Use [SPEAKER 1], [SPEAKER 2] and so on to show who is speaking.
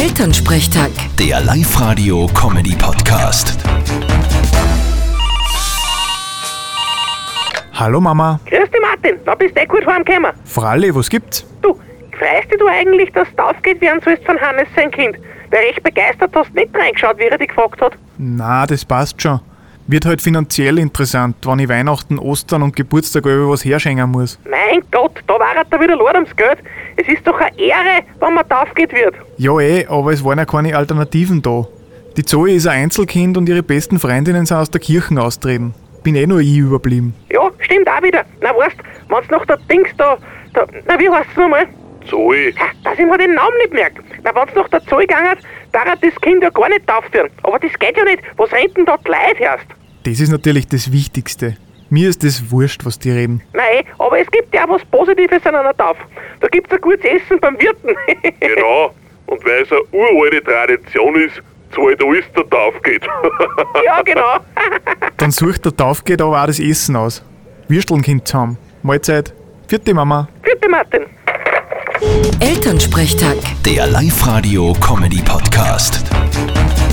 [SPEAKER 1] Elternsprechtag.
[SPEAKER 2] Der Live-Radio-Comedy-Podcast.
[SPEAKER 3] Hallo Mama,
[SPEAKER 4] Grüß dich, Martin. Na, bist eh gut heimgekommen.
[SPEAKER 3] Fralli, was gibt's?
[SPEAKER 4] Du, freust dich du eigentlich, dass du aufgeht werden sollst von Hannes sein Kind? Weil recht begeistert hast du nicht reingeschaut, wie er dich gefragt hat.
[SPEAKER 3] Na, das passt schon. Wird halt finanziell interessant, wenn ich Weihnachten, Ostern und Geburtstag über was herschenken muss.
[SPEAKER 4] Mein Gott, da war er da wieder Lord ums Geld. Es ist doch eine Ehre, wenn man da aufgeht wird.
[SPEAKER 3] Ja eh, aber es waren ja keine Alternativen da. Die Zoe ist ein Einzelkind und ihre besten Freundinnen sind aus der Kirche austreten. Bin eh nur ich überblieben.
[SPEAKER 4] Ja, stimmt auch wieder. Na, weißt, wenn's noch der Dings da, da na, wie heißt's nochmal?
[SPEAKER 5] Zoe,
[SPEAKER 4] Ha, Dass ich mir den Namen nicht merke. Na, wenn's noch der Zoll gegangen hat, da hat das Kind ja gar nicht tauft werden. Aber das geht ja nicht. Was rennt denn da die Leute erst?
[SPEAKER 3] Das ist natürlich das Wichtigste. Mir ist das wurscht, was die reden.
[SPEAKER 4] Nein, aber es gibt ja auch was Positives an einer Taufe. Da gibt's ein gutes Essen beim Wirten.
[SPEAKER 5] genau. Und weil es eine uralte Tradition ist, zahlt alles der Tauf geht.
[SPEAKER 4] ja, genau.
[SPEAKER 3] Dann sucht der Taufgeht aber auch das Essen aus. Würsteln Kind zusammen. Mahlzeit. Vierte Mama.
[SPEAKER 4] Vierte Martin.
[SPEAKER 1] Elternsprechtag.
[SPEAKER 2] Der Live-Radio-Comedy-Podcast.